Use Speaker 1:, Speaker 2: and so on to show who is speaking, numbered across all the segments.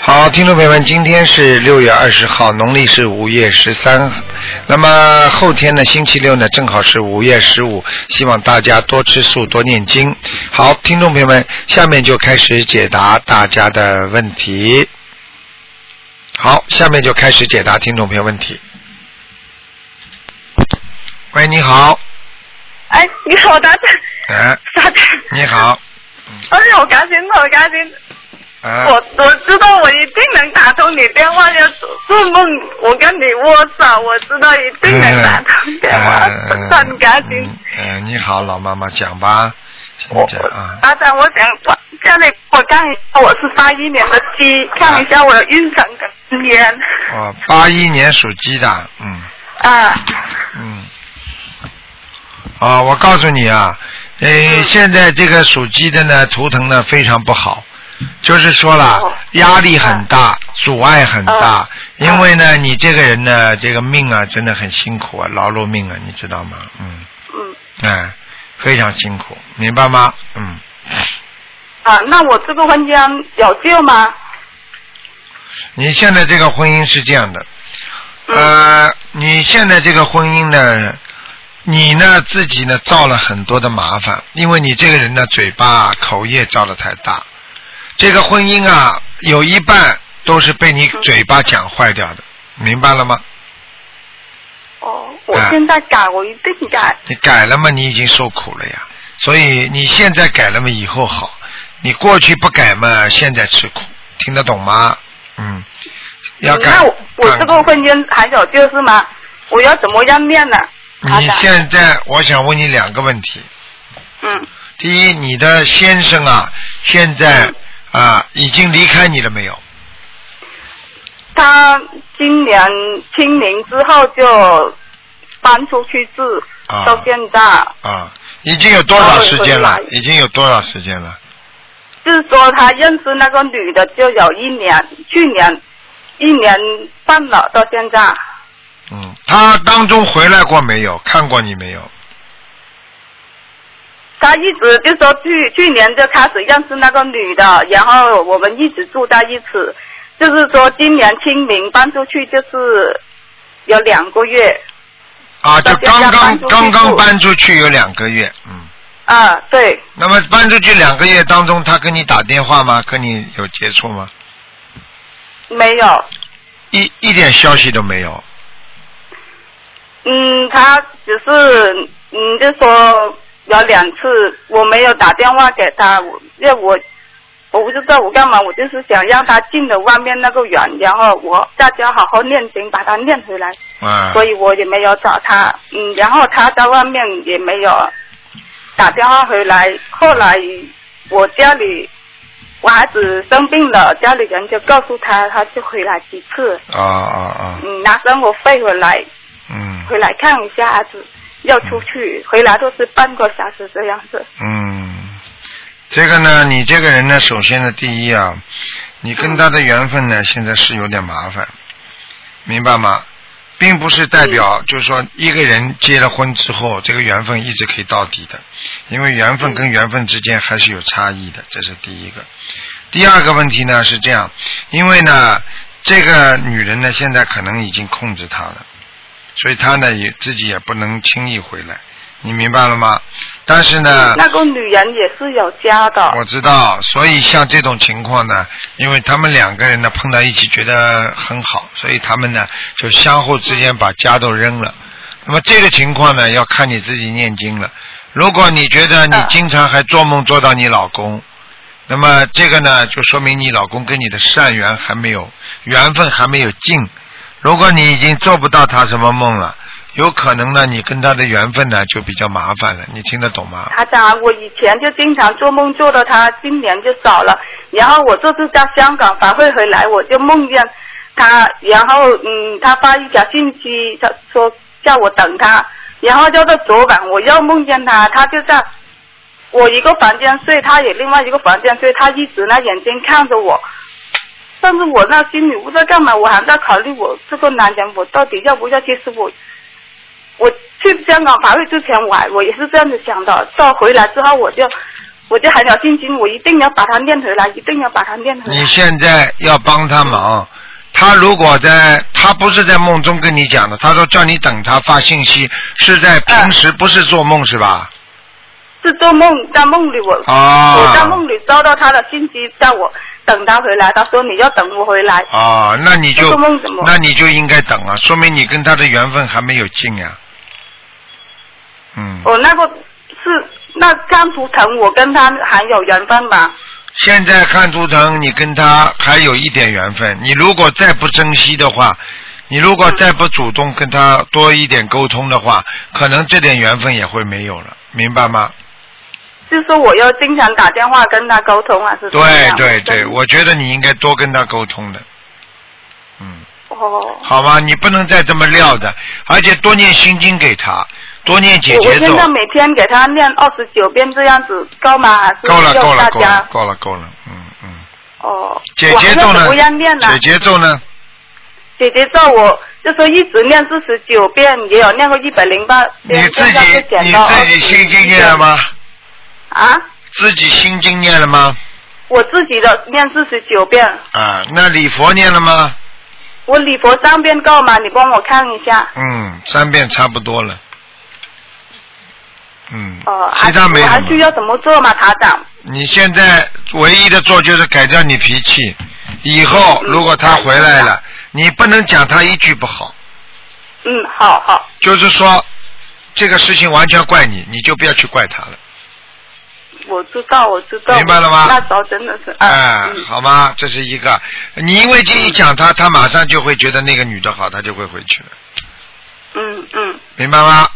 Speaker 1: 好，听众朋友们，今天是六月二十号，农历是五月十三。那么后天呢，星期六呢，正好是五月十五，希望大家多吃素，多念经。好，听众朋友们，下面就开始解答大家的问题。好，下面就开始解答听众朋友问题。喂，你好，
Speaker 2: 哎，你好，打打
Speaker 1: 哎，
Speaker 2: 打打，
Speaker 1: 你好，
Speaker 2: 哎呦，赶紧的，赶紧！
Speaker 1: 哎，
Speaker 2: 我我知道我一定能打通你电话要做做梦我跟你握手，我知道一定能打通电话，
Speaker 1: 嗯
Speaker 2: 很赶紧。
Speaker 1: 嗯嗯，你好，老妈妈，讲吧，
Speaker 2: 我
Speaker 1: 讲啊，
Speaker 2: 打长，我想把家里我看一下，我是八一年的鸡，看一下我的运程跟今年
Speaker 1: 我啊八一年属鸡的，嗯
Speaker 2: 啊，
Speaker 1: 嗯，啊，我告诉你啊，呃，现在这个属鸡的呢，图腾呢非常不好，就是说了
Speaker 2: 哦
Speaker 1: 压力很大，阻碍很大
Speaker 2: 哦，
Speaker 1: 因为呢，你这个人呢，这个命啊，真的很辛苦啊，劳碌命啊，你知道吗？嗯，
Speaker 2: 嗯
Speaker 1: 哎，非常辛苦，明白吗？嗯。
Speaker 2: 啊，那我这个婚姻有救吗？
Speaker 1: 你现在这个婚姻是这样的，
Speaker 2: 嗯
Speaker 1: 呃，你现在这个婚姻呢，你呢自己呢造了很多的麻烦，因为你这个人呢嘴巴口业造的太大，这个婚姻啊有一半都是被
Speaker 2: 嗯
Speaker 1: 你嘴巴讲坏掉的，明白了吗？
Speaker 2: 哦，我
Speaker 1: 啊
Speaker 2: 现在改，我一定改。
Speaker 1: 你改了嘛，你已经受苦了呀，所以你现在改了嘛，以后好，你过去不改嘛，现在吃苦，听得懂吗？嗯，要改。嗯
Speaker 2: 那我我这
Speaker 1: 改
Speaker 2: 个婚姻还有救是吗？我要怎么样念呢？好
Speaker 1: 嗯你
Speaker 2: 的
Speaker 1: 现在，我想问你两个问题。
Speaker 2: 嗯，
Speaker 1: 第一，你的先生啊，现在
Speaker 2: 嗯
Speaker 1: 啊已经离开你了没有？
Speaker 2: 他今年清明之后就搬出去住，
Speaker 1: 啊
Speaker 2: 到现在
Speaker 1: 啊，已经有多少时间
Speaker 2: 他
Speaker 1: 了
Speaker 2: 会哦回？来
Speaker 1: 已经有多少时间了？
Speaker 2: 就是说他认识那个女的就有一年，去年一年半了，到现在
Speaker 1: 嗯，他当中回来过没有？看过你没有？
Speaker 2: 他一直就说去去年就开始认识那个女的，然后我们一直住在一起，就是说今年清明搬出去就是有两个月。
Speaker 1: 啊，就
Speaker 2: 到
Speaker 1: 刚
Speaker 2: 现在
Speaker 1: 刚
Speaker 2: 搬出去
Speaker 1: 刚刚
Speaker 2: 住
Speaker 1: 搬出去有两个月，嗯。
Speaker 2: 啊，对，
Speaker 1: 那么搬出去两个月当中，他跟你打电话吗？跟你有接触吗？
Speaker 2: 没有。
Speaker 1: 一一点消息都没有。
Speaker 2: 嗯，他只是嗯，就说有两次我没有打电话给他，我因为我我不知道我干嘛，我就是想让他进了外面那个园，然后我大家好好念经，把他念回来。
Speaker 1: 啊。
Speaker 2: 所以我也没有找他，嗯，然后他在外面也没有打电话回来。后来我家里我孩子生病了，家里人就告诉他，他就回来几次，
Speaker 1: 啊啊啊！
Speaker 2: 嗯，拿生活费回来，
Speaker 1: 嗯
Speaker 2: 回来看一下孩子，要出去，回来都是半个小时这样子。
Speaker 1: 嗯，这个呢，你这个人呢，首先呢，第一啊，你跟他的缘分呢，现在是有点麻烦，明白吗？并不是代表，就是说一个人结了婚之后，这个缘分一直可以到底的，因为缘分跟缘分之间还是有差异的，这是第一个。第二个问题呢是这样，因为呢，这个女人呢现在可能已经控制他了，所以他呢也自己也不能轻易回来，你明白了吗？但是呢，
Speaker 2: 嗯那个女人也是有家的，
Speaker 1: 我知道，所以像这种情况呢，因为他们两个人呢碰到一起觉得很好，所以他们呢就相互之间把家都扔了。那么这个情况呢，要看你自己念经了。如果你觉得你
Speaker 2: 嗯
Speaker 1: 经常还做梦做到你老公，那么这个呢，就说明你老公跟你的善缘还没有缘分还没有尽。如果你已经做不到他什么梦了，有可能呢，你跟他的缘分呢就比较麻烦了。你听得懂吗？
Speaker 2: 台长，我以前就经常做梦做到他，今年就少了。然后我这次在香港法会回来，我就梦见他，然后嗯，他发一条信息，他说叫我等他。然后就到昨晚，我又梦见他，他就在我一个房间睡，他也另外一个房间睡，他一直那眼睛看着我。但是我那心里不知道干嘛，我还在考虑我这个男人我到底要不要。其实我我去香港法会之前，我还我也是这样子想的。到回来之后，我就我就很有信心，我一定要把它念回来，一定要把它念回来
Speaker 1: 你。现在要帮他忙，他如果在，他不是在梦中跟你讲的，他说叫你等他发信息，是在平
Speaker 2: 嗯
Speaker 1: 时不是做梦是吧？
Speaker 2: 是做梦，在梦里我、
Speaker 1: 啊
Speaker 2: 我在梦里收到他的信息，叫我等他回来，他说你要等我回来。
Speaker 1: 啊，那你就
Speaker 2: 做梦怎么
Speaker 1: 那你就应该等啊，说明你跟他的缘分还没有尽呀、嗯，
Speaker 2: 我哦那个是那张图腾，我跟他还有缘分吧？
Speaker 1: 现在看图腾，你跟他还有一点缘分。你如果再不珍惜的话，你如果再不主动跟他多一点沟通的话，可能这点缘分也会没有了，明白吗？
Speaker 2: 就说我要经常打电话跟他沟通啊，是这
Speaker 1: 对
Speaker 2: 样
Speaker 1: 对对，我觉得你应该多跟他沟通的。嗯，
Speaker 2: 哦，
Speaker 1: 好吧，你不能再这么撂的，而且多念心经给他，多念解
Speaker 2: 我我
Speaker 1: 节
Speaker 2: 现
Speaker 1: 奏。
Speaker 2: 在每天给他念二十九遍这样子够吗？还是
Speaker 1: 够了
Speaker 2: 要
Speaker 1: 够了
Speaker 2: 大
Speaker 1: 够
Speaker 2: 家
Speaker 1: 了够了够了，嗯嗯。
Speaker 2: 哦，
Speaker 1: 解
Speaker 2: 我还
Speaker 1: 节
Speaker 2: 要
Speaker 1: 奏呢
Speaker 2: 怎么样念？呢？
Speaker 1: 解节奏呢？
Speaker 2: 姐姐叫我就说一直念四十九遍，也有念过一百零八
Speaker 1: 你
Speaker 2: 遍，
Speaker 1: 自
Speaker 2: 现在
Speaker 1: 己
Speaker 2: 就减
Speaker 1: 你
Speaker 2: 到
Speaker 1: 自己心经念了
Speaker 2: 21遍？
Speaker 1: 吗？
Speaker 2: 啊，
Speaker 1: 自己心经念了吗？
Speaker 2: 我自己的念四十九遍，
Speaker 1: 啊，那礼佛念了吗？
Speaker 2: 我礼佛三遍够吗？你帮我看一下。
Speaker 1: 嗯，三遍差不多了。嗯，
Speaker 2: 哦、还
Speaker 1: 其他没
Speaker 2: 我
Speaker 1: 什
Speaker 2: 还需
Speaker 1: 么。
Speaker 2: 要怎么做吗，台长？
Speaker 1: 你现在唯一的做就是改掉你脾气。以后如果他回来了，你不能讲他一句不好，
Speaker 2: 嗯，好好，
Speaker 1: 就是说这个事情完全怪你，你就不要去怪他了。
Speaker 2: 我知道，我知道。
Speaker 1: 明白了吗
Speaker 2: 那时候真的是，
Speaker 1: 哎
Speaker 2: 嗯，，
Speaker 1: 好吗？这是一个，你因为这一讲他，他马上就会觉得那个女的好，他就会回去了，
Speaker 2: 嗯嗯
Speaker 1: 明白吗？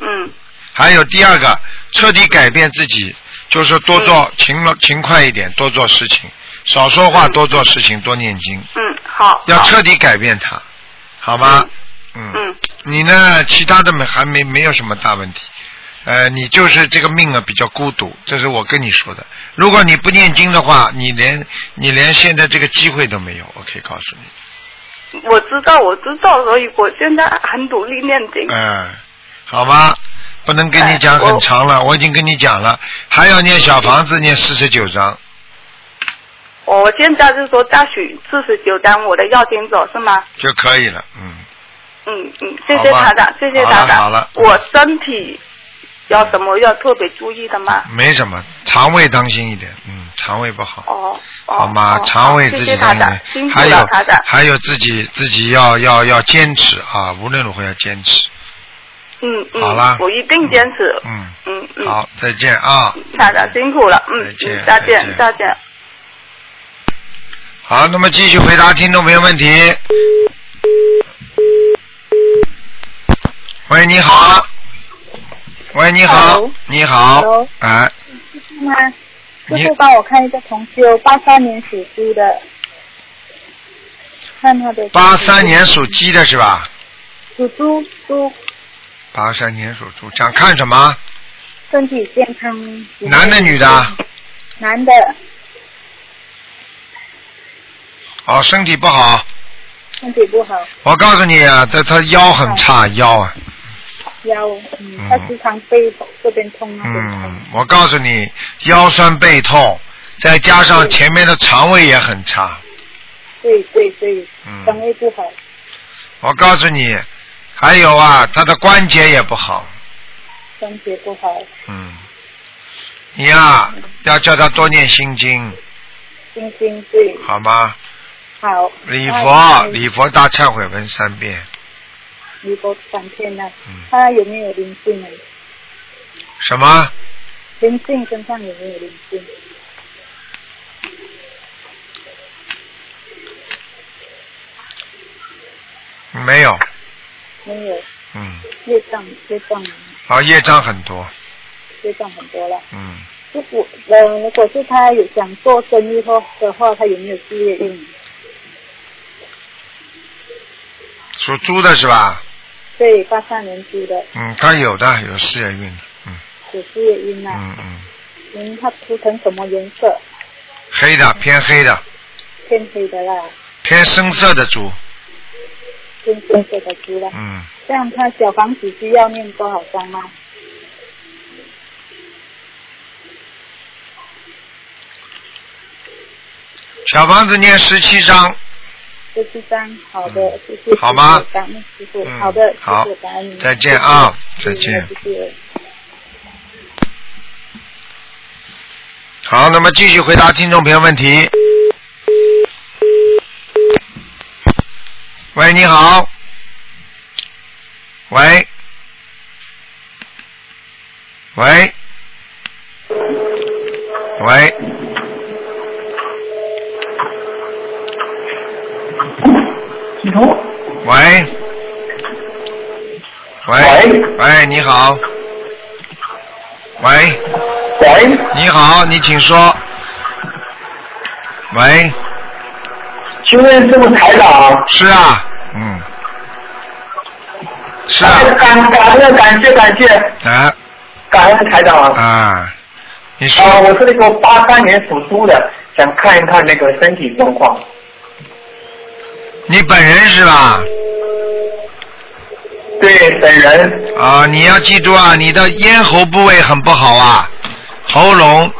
Speaker 2: 嗯
Speaker 1: 还有第二个，彻底改变自己，就是说多做
Speaker 2: 嗯
Speaker 1: 勤劳、勤快一点，多做事情，少说话，多做事情，多念经，
Speaker 2: 嗯，好。
Speaker 1: 要
Speaker 2: 嗯好
Speaker 1: 彻底改变他，好吗？嗯，
Speaker 2: 嗯
Speaker 1: 你呢，其他的没还没没有什么大问题。呃，你就是这个命啊，比较孤独，这是我跟你说的。如果你不念经的话，你连你连现在这个机会都没有，我可以告诉你。
Speaker 2: 嗯我知道，我知道，所以我现在很努力念经。
Speaker 1: 嗯，好吧，不能跟你讲很长了，我已经跟你讲了，还要念小房子念四十九章，
Speaker 2: 我现在就是说大许四十九张我的要经者是吗？
Speaker 1: 就可以了，嗯，
Speaker 2: 嗯嗯，谢谢
Speaker 1: 好吧
Speaker 2: 台长，谢谢台长。
Speaker 1: 好了嗯好了
Speaker 2: 我身体有什么要特别注意的吗？
Speaker 1: 没什么，肠胃当心一点，嗯，肠胃不好，
Speaker 2: 哦哦。
Speaker 1: 好吗？
Speaker 2: 哦
Speaker 1: 肠胃
Speaker 2: 好
Speaker 1: 自
Speaker 2: 谢
Speaker 1: 己
Speaker 2: 谢台
Speaker 1: 当心
Speaker 2: 长，辛，苦
Speaker 1: 还有
Speaker 2: 了台长。
Speaker 1: 还有自己自己要要要坚持啊，无论如何要坚持，
Speaker 2: 嗯嗯。
Speaker 1: 好啦
Speaker 2: 我一定坚持。
Speaker 1: 嗯，
Speaker 2: 嗯嗯。
Speaker 1: 好，再见啊，
Speaker 2: 台长辛苦了，嗯
Speaker 1: 再见
Speaker 2: 嗯，再见
Speaker 1: 再
Speaker 2: 再见。
Speaker 1: 好，那么继续回答听众朋友问题。喂，你好。喂，你好
Speaker 3: Hello，
Speaker 1: 你好
Speaker 3: Hello，
Speaker 1: 哎，
Speaker 3: 是吗？就
Speaker 1: 你
Speaker 3: 是帮我看一个同修，八三年属猪的，看他的
Speaker 1: 八三年属鸡的是吧？
Speaker 3: 属猪猪
Speaker 1: 八三年属猪，想看什么？
Speaker 3: 身体健康。
Speaker 1: 男的女的啊？
Speaker 2: 嗯
Speaker 3: 男的，
Speaker 1: 哦，身体不好，
Speaker 3: 身体不好，
Speaker 1: 我告诉你啊，他他腰很差，腰啊，
Speaker 3: 腰嗯
Speaker 1: 嗯，
Speaker 3: 他时常背这边痛那边痛。
Speaker 1: 嗯，我告诉你，腰酸背痛，再加上前面的肠胃也很差，
Speaker 3: 对对对
Speaker 1: 嗯，
Speaker 3: 肠胃不好，
Speaker 1: 我告诉你，还有啊，他的关节也不好，
Speaker 3: 关节不好，
Speaker 1: 嗯，你呀、要叫他多念心经，
Speaker 3: 心经对
Speaker 1: 好吗？
Speaker 3: 好。
Speaker 1: 礼
Speaker 3: 那
Speaker 1: 佛，啊礼佛大忏悔文三遍，
Speaker 3: 礼佛三天呢
Speaker 1: 嗯？
Speaker 3: 他有没有灵性呢？
Speaker 1: 什么？
Speaker 3: 灵性身上有没有灵性？
Speaker 1: 没有，
Speaker 3: 没有，
Speaker 1: 嗯，
Speaker 3: 业障业障
Speaker 1: 啊，业障很多，
Speaker 3: 业障很多了。
Speaker 1: 嗯。
Speaker 3: 如果呃，如果是他有想做生意或的话，他有没有事业运？
Speaker 1: 属猪的是吧？
Speaker 3: 对，八三年猪的
Speaker 1: 嗯，他有的有事业运，嗯
Speaker 3: 有事业运呐、
Speaker 1: 嗯嗯，
Speaker 3: 嗯，他涂成什么颜色？
Speaker 1: 黑的偏黑的
Speaker 3: 天黑的啦，
Speaker 1: 偏深色的猪，
Speaker 3: 天黑色的猪啦。
Speaker 1: 嗯，
Speaker 3: 这样他小房啊子需要念多少张吗？
Speaker 1: 小房子念十七章，
Speaker 3: 这是张，好的，谢谢。
Speaker 1: 嗯好吗
Speaker 3: 谢谢感恩师傅，
Speaker 1: 嗯
Speaker 3: 好的，
Speaker 1: 好
Speaker 3: 谢谢感恩您
Speaker 1: 再见啊
Speaker 3: 谢谢
Speaker 1: 再见
Speaker 3: 谢谢。
Speaker 1: 好，那么继续回答听众朋友问题。喂，你好。喂。喂。喂。喂。喂。喂，你好。喂。
Speaker 4: 喂，
Speaker 1: 你好，你请说。喂，
Speaker 4: 请问是不是台长？
Speaker 1: 是啊，嗯，是啊，
Speaker 4: 感感恩感谢感谢
Speaker 1: 啊
Speaker 4: 感恩台长啊！
Speaker 1: 啊，你说
Speaker 4: 啊，我是那个八三年属猪的，想看一看那个身体状况。
Speaker 1: 你本人是吧？
Speaker 4: 对，本人
Speaker 1: 啊，你要记住啊，你的咽喉部位很不好啊，喉咙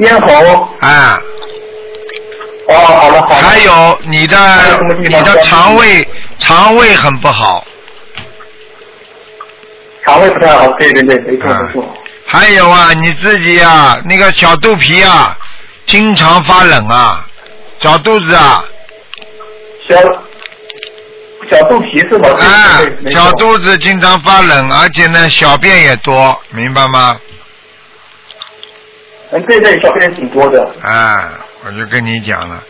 Speaker 4: 咽喉。
Speaker 1: 啊，
Speaker 4: 哦，好了好了。
Speaker 1: 还有你
Speaker 4: 还有
Speaker 1: 的
Speaker 4: 什么地
Speaker 1: 你
Speaker 4: 方
Speaker 1: 的肠胃肠胃很不好，
Speaker 4: 肠胃不太好，对对对，没错
Speaker 1: 啊
Speaker 4: 没错。
Speaker 1: 还有啊你自己啊那个小肚皮啊，经常发冷啊，小肚子啊。
Speaker 4: 小小肚皮是吧？
Speaker 1: 啊
Speaker 4: 对对，没错
Speaker 1: 小肚子经常发冷，而且呢，小便也多，明白吗？
Speaker 4: 嗯，对对，小便挺多的。
Speaker 1: 啊，我就跟你讲了，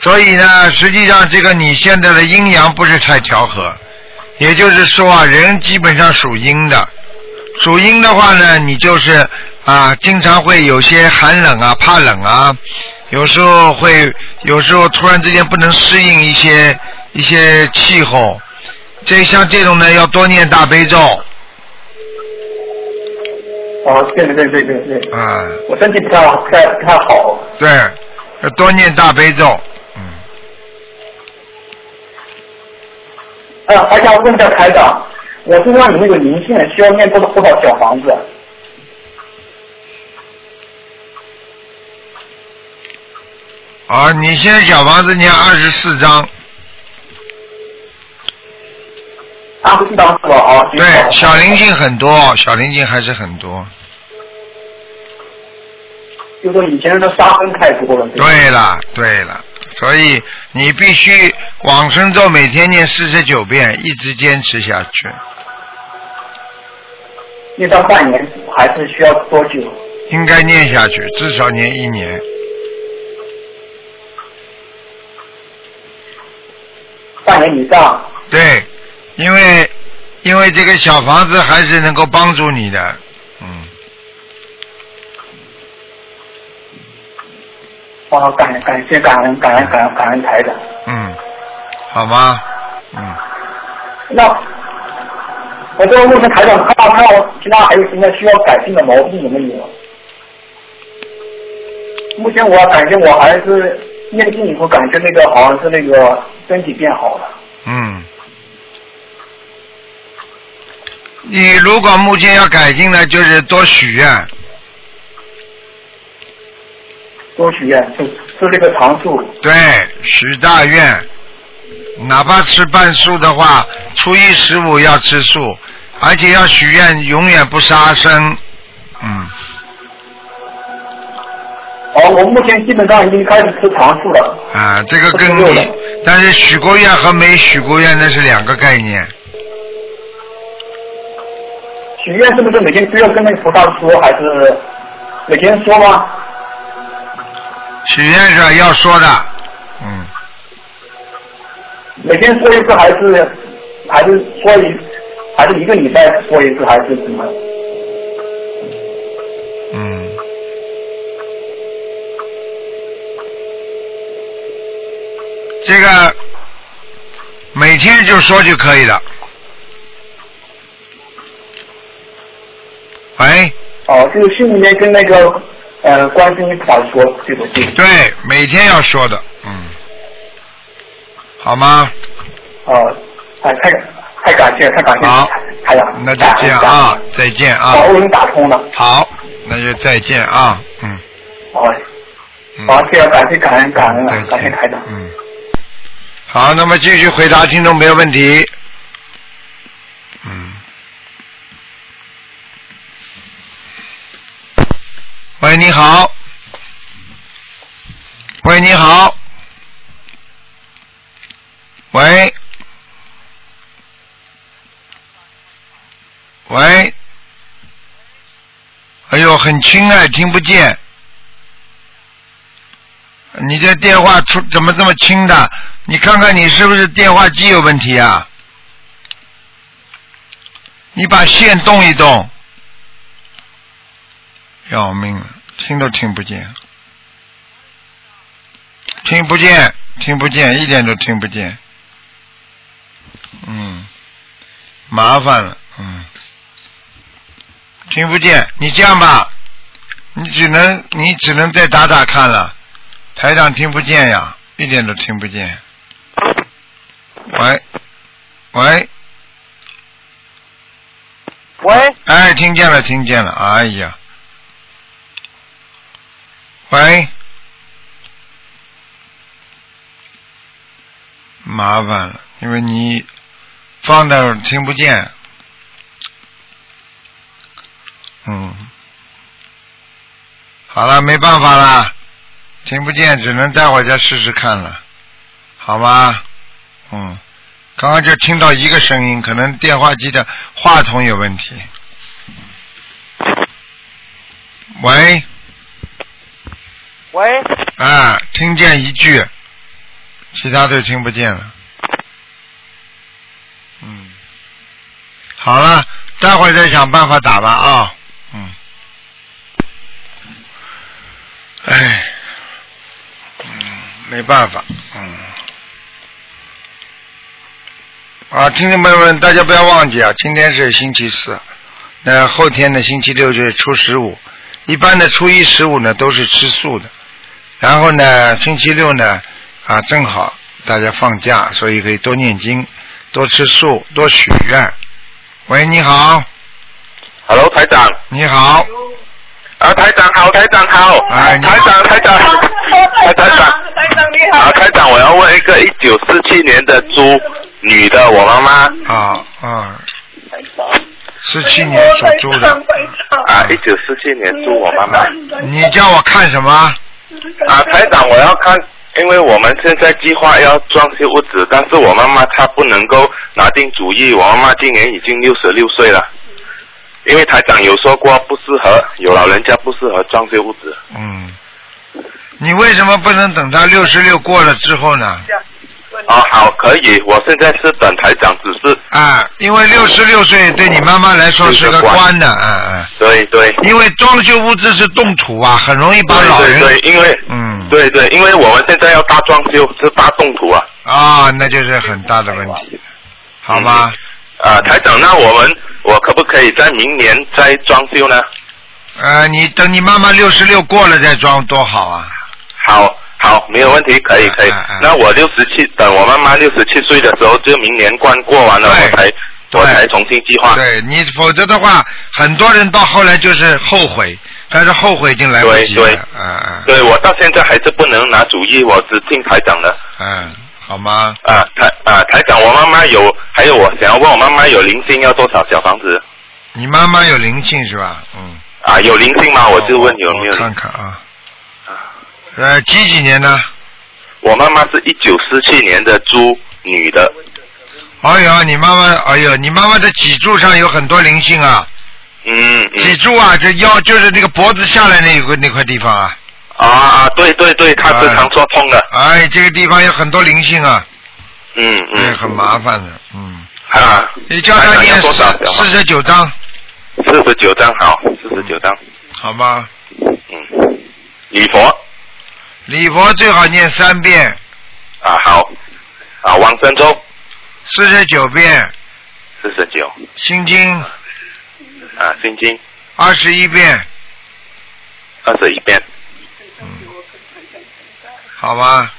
Speaker 1: 所以呢，实际上这个你现在的阴阳不是太调和，也就是说啊，人基本上属阴的，属阴的话呢，你就是啊，经常会有些寒冷啊，怕冷啊，有时候会，有时候突然之间不能适应一些一些气候，这像这种呢，要多念大悲咒
Speaker 4: 哦，对对对对对，对
Speaker 1: 啊。
Speaker 4: 我身体不太好，不太不太好。
Speaker 1: 对，要多念大悲咒。嗯，
Speaker 4: 呃，还想问一下台长，我身上有那个灵性，需要念多多少小房子？
Speaker 1: 啊，你现在小房子念二十四章，
Speaker 4: 啊，不知道是吧？啊，行
Speaker 1: 对，小灵。性很多，小灵性还是很多。
Speaker 4: 就说以前的杀生太多了。吧
Speaker 1: 对了，对了，所以你必须往生咒每天念四十九遍，一直坚持下去。
Speaker 4: 念到半年还是需要多久？
Speaker 1: 应该念下去，至少念一年。
Speaker 4: 半年以上。
Speaker 1: 对，因为因为这个小房子还是能够帮助你的。嗯，
Speaker 4: 啊，感感谢感恩感恩感恩感恩台长。
Speaker 1: 嗯，好吗？嗯。
Speaker 4: 那我再问一下台长，看看我其他还有什么需要改进的毛病有没有？啊目前我感觉我还是念经以后，感觉那个好像是那个身体变好了。
Speaker 1: 嗯，你如果目前要改进呢，就是多许愿，
Speaker 4: 多许愿，就吃这个糖素。
Speaker 1: 对，许大愿，哪怕吃半素的话，初一十五要吃素，而且要许愿永远不杀生。嗯，
Speaker 4: 哦，我目前基本上已经开始吃糖素了。
Speaker 1: 啊，这个跟
Speaker 4: 不吃肉
Speaker 1: 你
Speaker 4: 了，
Speaker 1: 但是许过愿和没许过愿那是两个概念。
Speaker 4: 许愿是不是每天都要跟那个菩萨说，还是每天说吗？
Speaker 1: 许愿是要说的，嗯，
Speaker 4: 每天说一次，还是还是说一，还是一个礼拜说一次，还是怎么？
Speaker 1: 嗯，这个每天就说就可以了。喂，
Speaker 4: 哦，就是心里面跟那个呃观世音菩萨说，对不对？
Speaker 1: 对，每天要说的，嗯，好吗？
Speaker 4: 哦，哎，太太感谢，太感谢，
Speaker 1: 好
Speaker 4: 台长，
Speaker 1: 那就这样啊，再见
Speaker 4: 哦感
Speaker 1: 啊
Speaker 4: 恩，感恩好，，我已经打通了，
Speaker 1: 好，那就再见啊，嗯
Speaker 4: 好，
Speaker 1: 嗯
Speaker 4: 哦好，谢谢，感谢感恩感恩
Speaker 1: 再
Speaker 4: 啊，感谢
Speaker 1: 见
Speaker 4: 台长。。
Speaker 1: 嗯。好，那么继续回答听众朋友问题。嗯。喂，你好。喂，你好。喂。喂。哎呦，很轻哎，听不见。你这电话出怎么这么轻的？你看看你是不是电话机有问题啊？你把线动一动，要命了，听都听不见，听不见，听不见，一点都听不见。嗯，麻烦了，嗯，听不见。你这样吧，你只能你只能再打打看了。台长听不见呀，一点都听不见。喂，喂，
Speaker 5: 喂，
Speaker 1: 哎，听见了，听见了，哎呀，喂，麻烦了，因为你放那儿听不见，嗯，好了，没办法啦，听不见，只能待会儿再试试看了，好吗？嗯，刚刚就听到一个声音，可能电话机的话筒有问题。喂，
Speaker 5: 喂，
Speaker 1: 啊，听见一句，其他都听不见了。嗯，好了，待会儿再想办法打吧啊。嗯，哎，嗯，没办法，嗯。啊，听众朋友们，大家不要忘记啊，今天是星期四，那后天呢，星期六就是初十五。一般的初一十五呢都是吃素的，然后呢，星期六呢，啊，正好大家放假，所以可以多念经，多吃素，多许愿。喂，你好，
Speaker 6: Hello，台长。
Speaker 1: 你好，
Speaker 6: 啊，台长好，台长好。
Speaker 1: 哎你好
Speaker 6: 台长，台长。台长。
Speaker 2: 台长你好
Speaker 6: 啊，台长，我要问一个一九四七年的猪女的，我妈妈
Speaker 1: 啊啊，四七年属猪的，
Speaker 6: 啊，一九四七年猪，我妈妈
Speaker 1: 你叫我看什么？
Speaker 6: 啊，台长，我要看，因为我们现在计划要装修屋子，但是我妈妈她不能够拿定主意，我妈妈今年已经六十六岁了，因为台长有说过不适合，有老人家不适合装修屋子。
Speaker 1: 嗯，你为什么不能等到六十六过了之后呢？
Speaker 6: 哦，好，可以，我现在是等台长指示，
Speaker 1: 啊，因为六十六岁对你妈妈来说是个关的，嗯嗯，
Speaker 6: 对对。
Speaker 1: 因为装修屋子是动土啊，很容易把老
Speaker 6: 对
Speaker 1: 人，
Speaker 6: 对对，因为
Speaker 1: 嗯，
Speaker 6: 对对，因为我们现在要大装修，是大动土啊。
Speaker 1: 啊，那就是很大的问题，好吗？
Speaker 6: 啊，台长，那我们我可不可以在明年再装修呢？
Speaker 1: 呃，你等你妈妈六十六过了再装多好啊！
Speaker 6: 好，好，没有问题，可以可以
Speaker 1: 嗯嗯嗯。
Speaker 6: 那我六十七，等我妈妈六十七岁的时候，就明年关过完了，
Speaker 1: 对
Speaker 6: 我才
Speaker 1: 对
Speaker 6: 我才重新计划。
Speaker 1: 对你，否则的话，很多人到后来就是后悔，但是后悔已经来不及
Speaker 6: 对对
Speaker 1: 了，嗯嗯
Speaker 6: 对，我到现在还是不能拿主意，我只听台长的。
Speaker 1: 嗯，好吗？
Speaker 6: 啊，台啊，台长，我妈妈有，还有我想要问我妈妈有零星要多少小房子？
Speaker 1: 你妈妈有灵性是吧？嗯，
Speaker 6: 啊，有零星吗？我就问有没有
Speaker 1: 我
Speaker 6: 灵
Speaker 1: 看看啊，呃，几几年的？
Speaker 6: 我妈妈是一九四七年的猪，女的。
Speaker 1: 哎呦，你妈妈，哎呦，你妈妈的脊柱上有很多灵性啊，
Speaker 6: 嗯
Speaker 1: 脊
Speaker 6: 嗯。
Speaker 1: 柱啊，这腰就是那个脖子下来那一块那块地方啊，
Speaker 6: 啊啊，对对对，她
Speaker 1: 哎
Speaker 6: 时常说痛的。
Speaker 1: 哎，这个地方有很多灵性啊，
Speaker 6: 嗯
Speaker 1: 哎
Speaker 6: 嗯。
Speaker 1: 很麻烦的，嗯。
Speaker 6: 啊。
Speaker 1: 你叫他
Speaker 6: 台长
Speaker 1: 念
Speaker 6: 要多
Speaker 1: 四
Speaker 6: 少小
Speaker 1: 四
Speaker 6: 房？
Speaker 1: 十九章，
Speaker 6: 四十九张好，四十九张。
Speaker 1: 好吗？
Speaker 6: 嗯。礼佛
Speaker 1: 礼佛最好念三遍，
Speaker 6: 啊好，啊往生咒
Speaker 1: 四十九遍，
Speaker 6: 四十九
Speaker 1: 心经
Speaker 6: 啊心经
Speaker 1: 二十一遍，
Speaker 6: 二十一遍
Speaker 1: 好吧？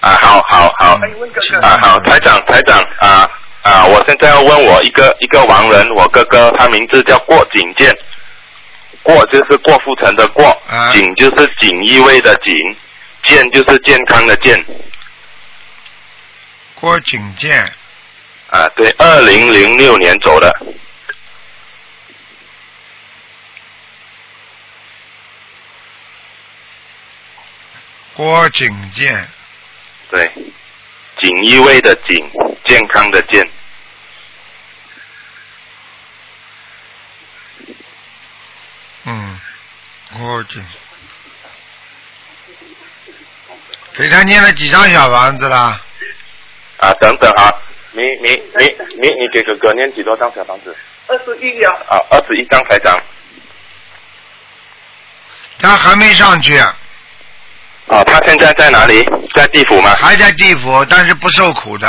Speaker 6: 啊好好好
Speaker 1: 请
Speaker 6: 啊好台长台长啊啊我现在要问我一个一个亡人，我哥哥他名字叫郭景健。郭就是郭富城的郭，
Speaker 1: 啊
Speaker 6: 景就是锦衣卫的锦，健就是健康的健，
Speaker 1: 郭景健，
Speaker 6: 啊，对，二零零六年走的，
Speaker 1: 郭景健，
Speaker 6: 对，锦衣卫的锦，健康的健，
Speaker 1: 嗯，郭景，给他念了几张小房子啦？
Speaker 6: 啊，等等啊，你你你你你给哥哥念几多张小房子？
Speaker 2: 二十一呀，
Speaker 6: 啊，二十一张才长。
Speaker 1: 他还没上去，
Speaker 6: 啊，他现在在哪里？在地府吗？
Speaker 1: 还在地府，但是不受苦的。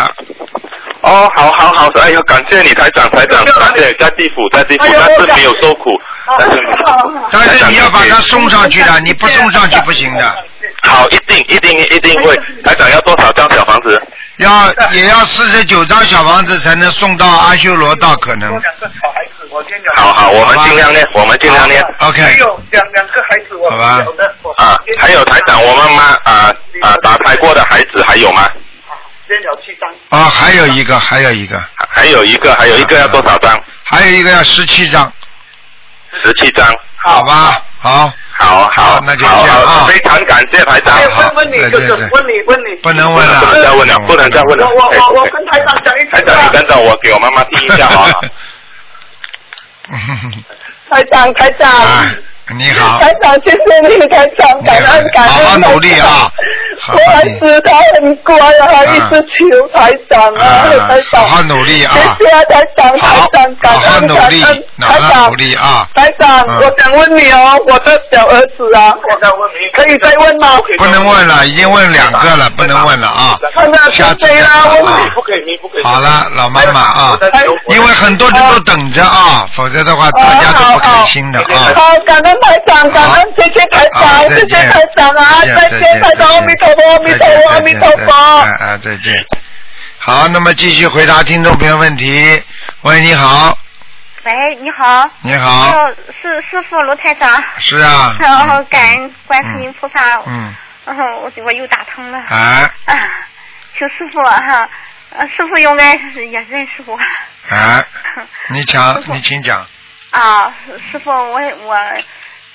Speaker 6: 哦，好好好，哎呀，感谢你台长，台长，感谢在地府，在地府，
Speaker 5: 哎
Speaker 6: 但是没有受苦，但是
Speaker 1: 但是你要把他送上
Speaker 7: 哎
Speaker 1: 去的，你不送上去不行的，
Speaker 6: 好，一定一定一定会，台长要多少张小房子？
Speaker 1: 要也要四十九张小房子才能送到阿修罗道，可能。
Speaker 6: 好好，我们尽量念，我们尽量念。
Speaker 1: OK，
Speaker 5: 两两个孩子，我
Speaker 1: 好吧
Speaker 5: 小的，我
Speaker 6: 啊，还有台
Speaker 1: 哦
Speaker 6: 长，我妈妈啊啊打胎过的孩子还有吗？
Speaker 5: 先了七张，
Speaker 1: 啊、还有一个，还有一个，
Speaker 6: 还还有一个，还有一个要多少张？
Speaker 1: 还有一个要十七张，
Speaker 6: 十七张。
Speaker 1: 好吧？好，
Speaker 6: 好好，
Speaker 1: 那就
Speaker 6: 好
Speaker 1: 这样啊
Speaker 6: 好非常感谢台长。
Speaker 1: 好好
Speaker 5: 问问你
Speaker 1: 对
Speaker 5: 哥
Speaker 1: 对
Speaker 5: 哥
Speaker 1: 对，
Speaker 5: 问你问你，
Speaker 1: 不能
Speaker 6: 不
Speaker 1: 问了，
Speaker 6: 能再问了，不能再问了。
Speaker 5: 我我
Speaker 6: 哎
Speaker 5: 我我
Speaker 6: 哎
Speaker 5: 跟台长讲一
Speaker 6: 台
Speaker 5: 次
Speaker 6: 长，你
Speaker 5: 啊，
Speaker 6: 等等，我给我妈妈听一下 啊。
Speaker 7: 台长，台长，
Speaker 1: 啊，你好，
Speaker 7: 台长，谢谢你，台长，感恩感恩，
Speaker 1: 好好努力啊好好
Speaker 7: 我儿子他很乖啊，一直求台长啊，
Speaker 1: 啊
Speaker 7: 台，
Speaker 1: 好
Speaker 7: 长，
Speaker 1: 好努力啊，
Speaker 7: 谢谢啊，台长，台
Speaker 1: 好
Speaker 7: 长，，感
Speaker 1: 好好
Speaker 7: 恩
Speaker 1: 努
Speaker 7: 感
Speaker 1: 力
Speaker 7: 恩，，
Speaker 1: 好
Speaker 7: 台
Speaker 1: 好
Speaker 7: 长
Speaker 1: 努。力啊，
Speaker 7: 台长，
Speaker 1: 嗯
Speaker 7: 我想问你哦，我的小儿子啊，
Speaker 5: 我再问你，
Speaker 7: 可以再问吗？
Speaker 1: 不能问了，已经问两个了，不能问了啊，
Speaker 7: 看那
Speaker 1: 下
Speaker 7: 是
Speaker 1: 次
Speaker 7: 谁啦？
Speaker 1: 再
Speaker 7: 问
Speaker 1: 问
Speaker 7: 你
Speaker 1: 啊
Speaker 5: 不可以，你不可以。
Speaker 1: 好了，老妈妈啊，
Speaker 5: 台长
Speaker 1: 因为很多人都等着啊，否则的话大家都不开心的啊。
Speaker 7: 好，感恩台长，感恩谢谢台
Speaker 1: 好
Speaker 7: 长，
Speaker 1: 再
Speaker 7: 谢
Speaker 1: 见
Speaker 7: 谢台长啊，再见台长，阿弥陀佛，阿弥陀佛，阿弥陀佛
Speaker 1: 啊。啊，再见。好，那么继续回答听众朋友问题。喂，你好，
Speaker 8: 喂，你好。
Speaker 1: 你好，
Speaker 8: 哦，是师傅卢台长。
Speaker 1: 是啊，
Speaker 8: 然后感恩观世音菩萨，
Speaker 1: 嗯，
Speaker 8: 然后我我又打通了。
Speaker 1: 啊
Speaker 8: 啊，求师傅哈，呃师傅应该是也认识我。
Speaker 1: 啊，你讲，你请讲，
Speaker 8: 啊，师傅，我我，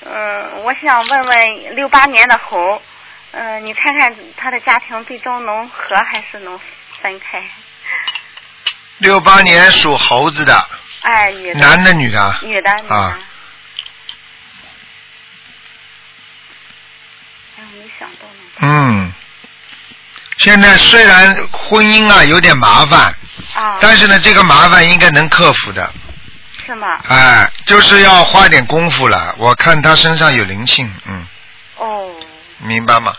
Speaker 8: 嗯、我想问问六八年的猴，嗯、你看看他的家庭最终能和还是能分开？
Speaker 1: 六八年属猴子的，
Speaker 8: 哎，女的，
Speaker 1: 男的女的，
Speaker 8: 女的，女的。
Speaker 1: 啊
Speaker 8: 哎，没想到呢。
Speaker 1: 嗯。现在虽然婚姻啊有点麻烦，
Speaker 8: 啊，
Speaker 1: 但是呢，这个麻烦应该能克服的，
Speaker 8: 是吗？
Speaker 1: 哎，就是要花点功夫了。我看他身上有灵性，嗯，
Speaker 8: 哦
Speaker 1: 明白吗？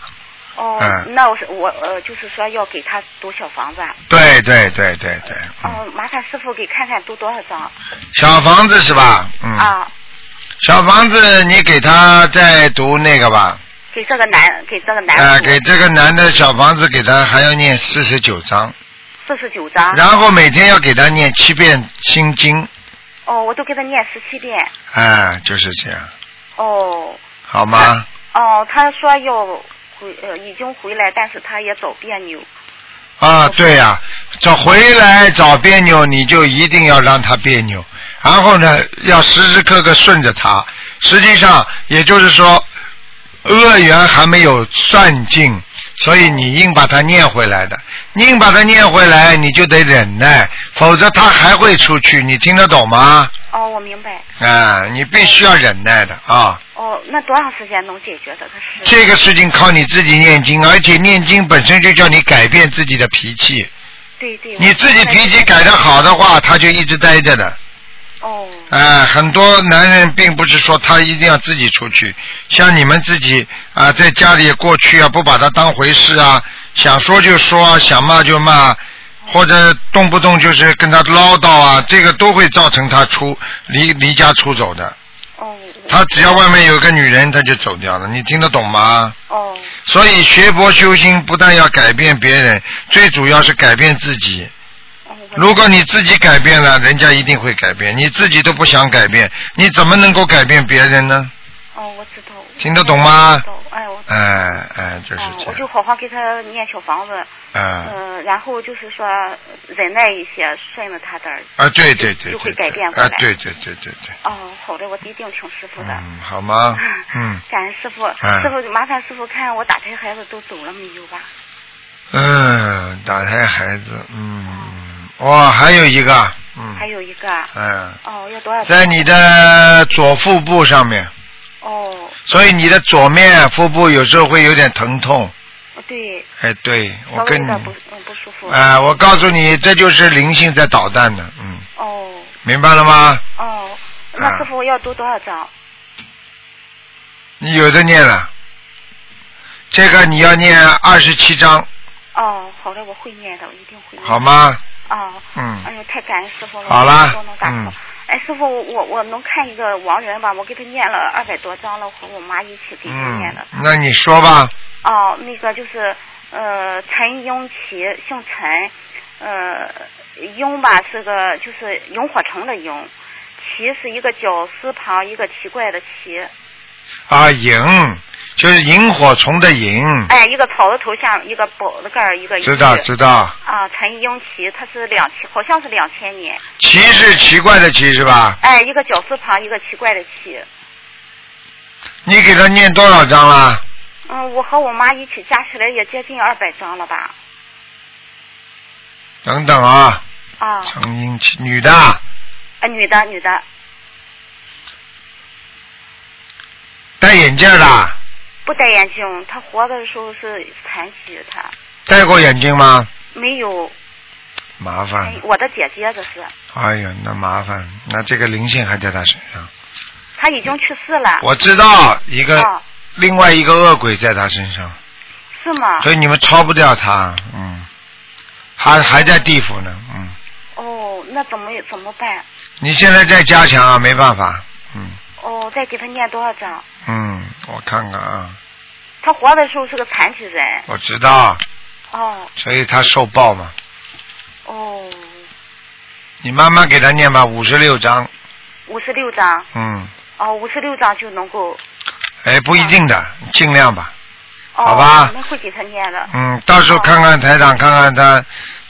Speaker 8: 哦，
Speaker 1: 嗯
Speaker 8: 那我是我呃，就是说要给他读小房子啊。
Speaker 1: 对对对对对，嗯，
Speaker 8: 哦，麻烦师傅给看看读多少张、
Speaker 1: 小房子是吧？嗯，
Speaker 8: 啊？
Speaker 1: 小房子你给他再读那个吧，
Speaker 8: 给这个男，给这个男
Speaker 1: 哎、
Speaker 8: 的读
Speaker 1: 给这个男的小房子给他还要念四十九章，
Speaker 8: 四十九张。
Speaker 1: 然后每天要给他念七遍心经，
Speaker 8: 哦，我都给他念十七遍。
Speaker 1: 哎、就是这样，
Speaker 8: 哦
Speaker 1: 好吗？
Speaker 8: 哦，他说要回呃已经回来，但是他也找别扭。
Speaker 1: 啊，对呀、找回来找别扭，你就一定要让他别扭，然后呢，要时时刻刻顺着他。实际上，也就是说，恶缘还没有算尽，所以你硬把它念回来的，硬把它念回来，你就得忍耐，否则他还会出去。你听得懂吗？
Speaker 8: 哦，我明白。
Speaker 1: 啊，你必须要忍耐的啊。
Speaker 8: 哦，那多长时间能解决这个事？
Speaker 1: 这个事情靠你自己念经，而且念经本身就叫你改变自己的脾气。
Speaker 8: 对对。
Speaker 1: 你自己脾气改得
Speaker 8: 的。
Speaker 1: 好的话，他就一直待着的。
Speaker 8: 哦
Speaker 1: 哎、很多男人并不是说他一定要自己出去，像你们自己啊、在家里过去啊，不把他当回事啊，想说就说啊，想骂就骂，或者动不动就是跟他唠叨啊，这个都会造成他出离离家出走的。
Speaker 8: 哦
Speaker 1: 他只要外面有个女人，他就走掉了。你听得懂吗？
Speaker 8: 哦
Speaker 1: 所以学佛修心，不但要改变别人，最主要是改变自己。
Speaker 8: 哦。我
Speaker 1: 如果你自己改变了，人家一定会改变。你自己都不想改变，你怎么能够改变别人呢？
Speaker 8: 哦，我知道。
Speaker 1: 听得懂吗
Speaker 8: 我知道哎，我。
Speaker 1: 哎哎，就是
Speaker 8: 嗯，
Speaker 1: 这
Speaker 8: 我就
Speaker 1: 样，
Speaker 8: 好好给他念小房子，
Speaker 1: 嗯
Speaker 8: 嗯、然后就是说忍耐一些，顺着他的。
Speaker 1: 啊，对对对
Speaker 8: 嗯
Speaker 1: 对
Speaker 8: 就会改
Speaker 1: 对，
Speaker 8: 变过来
Speaker 1: 啊，对对对对对，
Speaker 8: 哦，好的，我一定听师傅的。
Speaker 1: 嗯，好 吗？嗯
Speaker 8: 感恩师傅，
Speaker 1: 嗯
Speaker 8: 师傅麻烦师傅看我打胎孩子都走了没有吧？
Speaker 1: 嗯，打胎孩子，嗯，哇，还有一个，嗯
Speaker 8: 还有一个啊，
Speaker 1: 嗯，
Speaker 8: 哦，要多少？
Speaker 1: 在你的左腹部上面，
Speaker 8: 哦，
Speaker 1: 所以你的左面腹部有时候会有点疼痛。
Speaker 8: 对，
Speaker 1: 哎，对，
Speaker 8: 稍
Speaker 1: 我
Speaker 8: 微
Speaker 1: 跟
Speaker 8: 有
Speaker 1: 你
Speaker 8: 点，不嗯不舒服。
Speaker 1: 哎、我告诉你，这就是灵性在捣蛋的，嗯，
Speaker 8: 哦
Speaker 1: 明白了吗？
Speaker 8: 哦，那
Speaker 1: 啊
Speaker 8: 师傅要读多少章？
Speaker 1: 你有的念了，这个你要念二十七章，
Speaker 8: 哦，好的，我会念的，我一定会念。
Speaker 1: 好？吗？
Speaker 8: 哦，
Speaker 1: 嗯
Speaker 8: 哎呦，太感恩师傅了，
Speaker 1: 好啦
Speaker 8: 我都能打通
Speaker 1: 嗯
Speaker 8: 哎，师傅，我我我能看一个亡人吧？我给他念了二百多章了，和我妈一起给他念的
Speaker 1: 嗯。，那你说吧，
Speaker 8: 哦，那个就是呃，陈英奇，姓陈，呃，英吧是个就是萤火虫的萤，奇是一个绞丝旁一个奇怪的奇，
Speaker 1: 啊，萤就是萤火虫的萤，
Speaker 8: 哎，一个草字头下一个宝字盖儿一个
Speaker 1: 知道
Speaker 8: 一
Speaker 1: 知道，
Speaker 8: 啊，陈英奇，他是两千，好像是两千年，
Speaker 1: 奇是奇怪的奇是吧？
Speaker 8: 哎，一个绞丝旁一个奇怪的奇。
Speaker 1: 你给他念多少章了？
Speaker 8: 嗯，我和我妈一起加起来也接近二百张了吧？
Speaker 1: 等等啊，
Speaker 8: 啊，
Speaker 1: 成英奇女的，
Speaker 8: 啊，女的，女的，
Speaker 1: 戴眼镜的，
Speaker 8: 不戴眼镜，她活的时候是残疾，她
Speaker 1: 戴过眼镜吗？
Speaker 8: 没有。
Speaker 1: 麻烦
Speaker 8: 哎
Speaker 1: 了，
Speaker 8: 我的姐姐这是，
Speaker 1: 哎呀，那麻烦了，那这个灵性还在他身
Speaker 8: 啊
Speaker 1: 上。
Speaker 8: 她已经去世了。
Speaker 1: 我知道一个、
Speaker 8: 哦，
Speaker 1: 另外一个恶鬼在他身上，
Speaker 8: 是吗？
Speaker 1: 所以你们超不掉他，嗯，还还在地府呢，嗯，
Speaker 8: 哦，那怎么怎么办？
Speaker 1: 你现在在加强啊，没办法，嗯
Speaker 8: 哦，再给她念多少张？
Speaker 1: 嗯，我看看啊，
Speaker 8: 她活的时候是个残疾人。
Speaker 1: 我知道，
Speaker 8: 哦
Speaker 1: 所以他受报嘛，
Speaker 8: 哦，
Speaker 1: 你慢慢给他念吧，五十六章，
Speaker 8: 五十六张，
Speaker 1: 嗯，
Speaker 8: 哦，五十六张就能够。
Speaker 1: 哎，不一定的，尽量吧，
Speaker 8: 哦、
Speaker 1: 好吧
Speaker 8: 我们会给她念的。
Speaker 1: 嗯，到时候看看台长，看看他，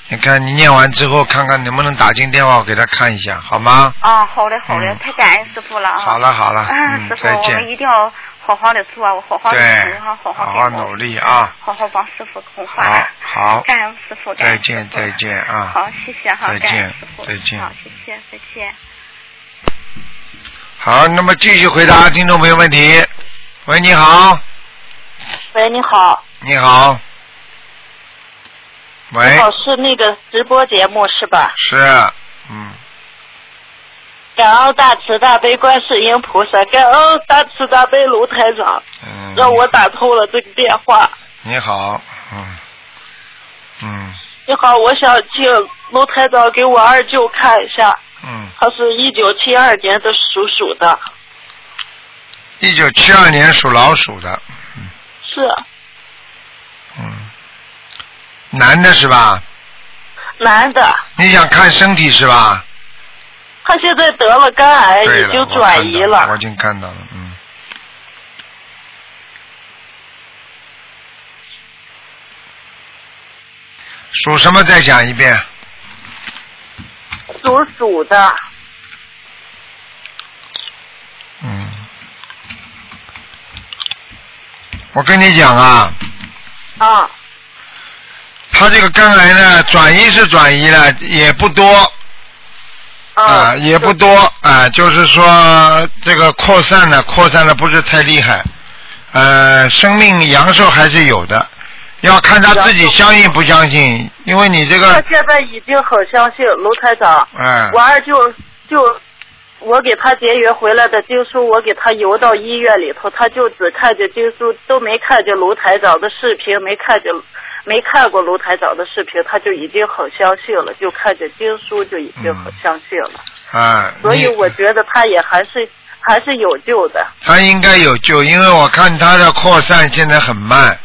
Speaker 1: 你看你念完之后，看看能不能打进电话给他看一下，好吗？
Speaker 8: 啊，好嘞，好嘞，
Speaker 1: 嗯
Speaker 8: 太感恩师傅了啊！
Speaker 1: 好了好了，
Speaker 8: 啊，
Speaker 1: 嗯
Speaker 8: 师，傅，
Speaker 1: 再
Speaker 8: 我们
Speaker 1: 见，
Speaker 8: 一定要好好的做，啊我好好的
Speaker 1: 对
Speaker 8: 努，好
Speaker 1: 好
Speaker 8: 好好
Speaker 1: 好努力啊。
Speaker 8: 好好帮师傅红
Speaker 1: 好
Speaker 8: 话。
Speaker 1: 好，
Speaker 8: 感恩师傅，感
Speaker 1: 再
Speaker 8: 恩师
Speaker 1: 见
Speaker 8: 傅
Speaker 1: 再见啊！
Speaker 8: 好，谢谢哈，
Speaker 1: 再
Speaker 8: 感恩
Speaker 1: 见
Speaker 8: 师傅，
Speaker 1: 再见
Speaker 8: 好，谢谢，再见。
Speaker 1: 好，那么继续回答听众朋友问题。喂，你好，
Speaker 9: 喂，你好，
Speaker 1: 你好，喂，
Speaker 9: 哦，是那个直播节目是吧？
Speaker 1: 是，嗯，
Speaker 9: 感恩大慈大悲观世音菩萨，感恩大慈大悲卢台长，
Speaker 1: 嗯
Speaker 9: 让我打通了这个电话。
Speaker 1: 你好，嗯，嗯，
Speaker 9: 你好，我想请卢台长给我二舅看一下，
Speaker 1: 嗯，
Speaker 9: 他是一九七二年的属鼠的，
Speaker 1: 一九七二年属老鼠的，
Speaker 9: 是
Speaker 1: 嗯，男的是吧？
Speaker 9: 男的，
Speaker 1: 你想看身体是吧？
Speaker 9: 他现在得了肝癌，
Speaker 1: 对
Speaker 9: 已
Speaker 1: 了，
Speaker 9: 经
Speaker 1: 我
Speaker 9: 哎转
Speaker 1: 看
Speaker 9: 移
Speaker 1: 到
Speaker 9: 了。
Speaker 1: 我已经看到了，嗯。属什么？再讲一遍。
Speaker 9: 属鼠的，
Speaker 1: 嗯。我跟你讲啊，
Speaker 9: 啊，
Speaker 1: 他这个肝癌呢，转移是转移了，也不多啊、
Speaker 9: 啊，
Speaker 1: 也不多啊、就是说这个扩散呢，扩散的不是太厉害，呃，生命阳寿还是有的，要看他自己相信不相信，因为你这
Speaker 9: 他
Speaker 1: 个，
Speaker 9: 现在已经很相信卢台长。
Speaker 1: 哎、
Speaker 9: 我二舅就我给他结缘回来的经书，我给他邮到医院里头，他就只看见经书，都没看见卢台长的视频，没看见没看过卢台长的视频，他就已经很相信了，就看见经书就已经很相信了。
Speaker 1: 啊，
Speaker 9: 所以
Speaker 1: 你
Speaker 9: 我觉得他也还是还是有救的。
Speaker 1: 他应该有救，因为我看他的扩散现在很慢。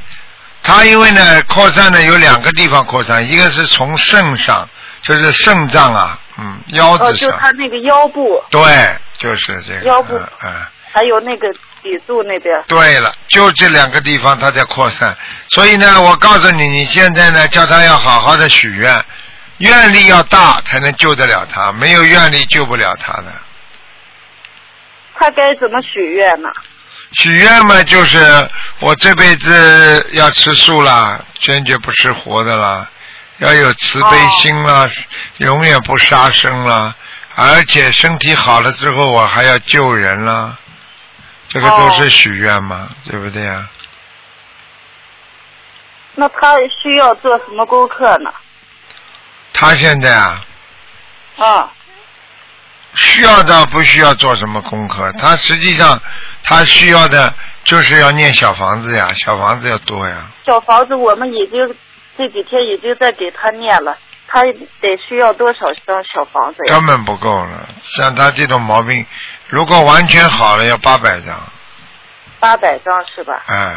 Speaker 1: 他因为呢扩散呢有两个地方扩散，一个是从肾上，就是肾脏啊，嗯，腰
Speaker 9: 哦，
Speaker 1: 子
Speaker 9: 就
Speaker 1: 上，
Speaker 9: 他那个腰部
Speaker 1: 对，就是这个
Speaker 9: 腰部
Speaker 1: 嗯嗯
Speaker 9: 还有那个脊柱那边。
Speaker 1: 对了，就这两个地方它在扩散，所以呢，我告诉你，你现在呢，叫他要好好的许愿，愿力要大才能救得了他，没有愿力救不了他的。
Speaker 9: 他该怎么许愿呢？
Speaker 1: 许愿嘛，就是我这辈子要吃素啦，坚决不吃活的啦，要有慈悲心啦，永远不杀生啦，而且身体好了之后，我还要救人啦，这个都是许愿嘛，对不对啊？
Speaker 9: 那他需要做什么功课呢？
Speaker 1: 他现在啊，
Speaker 9: 啊，
Speaker 1: 需要的不需要做什么功
Speaker 9: 嗯
Speaker 1: 课，他实际上他需要的就是要念小房子呀，小房子要多呀，
Speaker 9: 小房子我们已经这几天已经在给他念了，他得需要多少张小房子呀？
Speaker 1: 根本不够了。像他这种毛病，如果完全好了要八百张，
Speaker 9: 八百张是吧？
Speaker 1: 哎，